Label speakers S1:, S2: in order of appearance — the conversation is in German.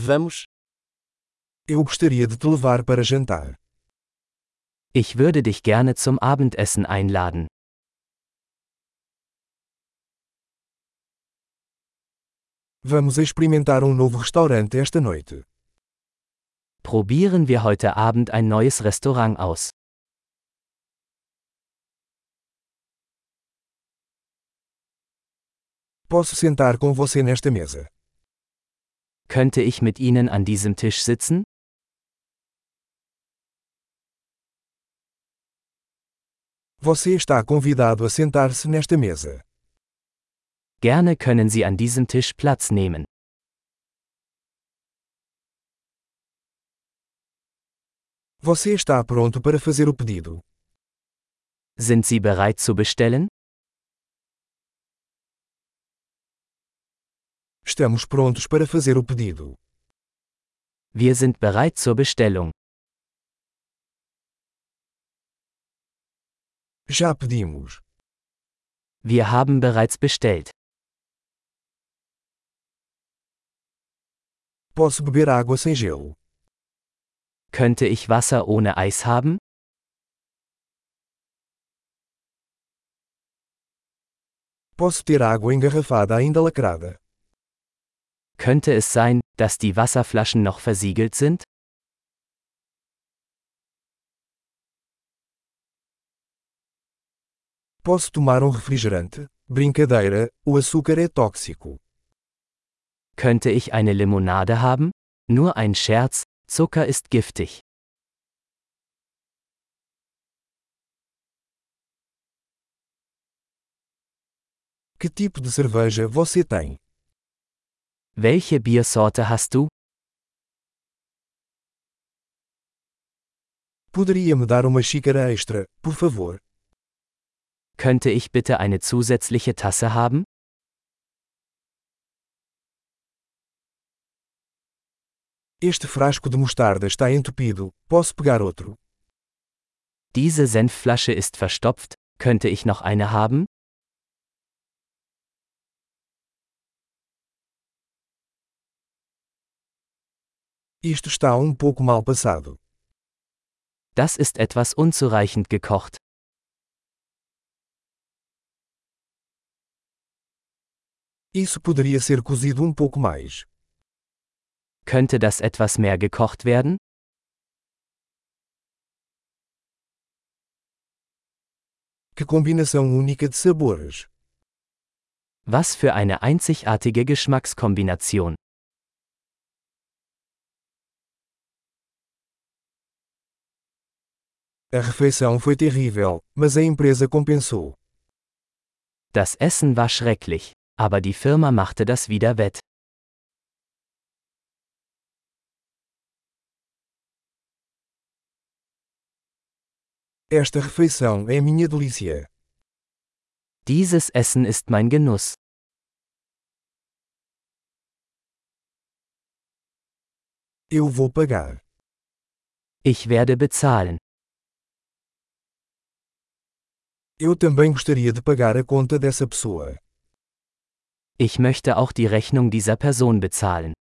S1: Vamos.
S2: Eu gostaria de te levar para jantar.
S1: Ich würde dich gerne zum Abendessen einladen.
S2: Vamos experimentar um novo restaurante esta noite.
S1: Probieren wir heute Abend ein neues Restaurant aus.
S2: Posso sentar com você nesta mesa.
S1: Könnte ich mit Ihnen an diesem Tisch sitzen?
S2: Você está convidado a sentar-se nesta mesa.
S1: Gerne können Sie an diesem Tisch Platz nehmen.
S2: Você está pronto para fazer o pedido.
S1: Sind Sie bereit zu bestellen?
S2: Estamos prontos para fazer o pedido.
S1: Wir sind bereit zur Bestellung.
S2: Já pedimos.
S1: Wir haben bereits bestellt.
S2: Posso beber água sem gelo.
S1: Könnte ich Wasser ohne Eis haben?
S2: Posso ter água engarrafada ainda lacrada.
S1: Könnte es sein, dass die Wasserflaschen noch versiegelt sind?
S2: Posso tomar um refrigerante? Brincadeira, o açúcar é tóxico.
S1: Könnte ich eine Limonade haben? Nur ein Scherz, Zucker ist giftig.
S2: Que tipo de cerveja você tem?
S1: Welche Biersorte hast du?
S2: Poderia me dar uma xícara extra, por favor?
S1: Könnte ich bitte eine zusätzliche Tasse haben?
S2: Este frasco de mostarda está entupido, posso pegar outro?
S1: Diese Senfflasche ist verstopft, könnte ich noch eine haben?
S2: Isto está um pouco mal passado.
S1: Das ist etwas unzureichend gekocht.
S2: Isso poderia ser cozido um pouco mais.
S1: Könnte das etwas mehr gekocht werden?
S2: Que combinação única de sabores.
S1: Was für eine einzigartige Geschmackskombination.
S2: A refeição foi terrível, mas a empresa compensou.
S1: Das Essen war schrecklich, aber die Firma machte das wieder wett.
S2: Esta refeição é minha delícia.
S1: Dieses Essen ist mein Genuss.
S2: Eu vou pagar.
S1: Ich werde bezahlen.
S2: Eu também gostaria de pagar a conta dessa pessoa.
S1: Ich möchte auch die Rechnung dieser Person bezahlen.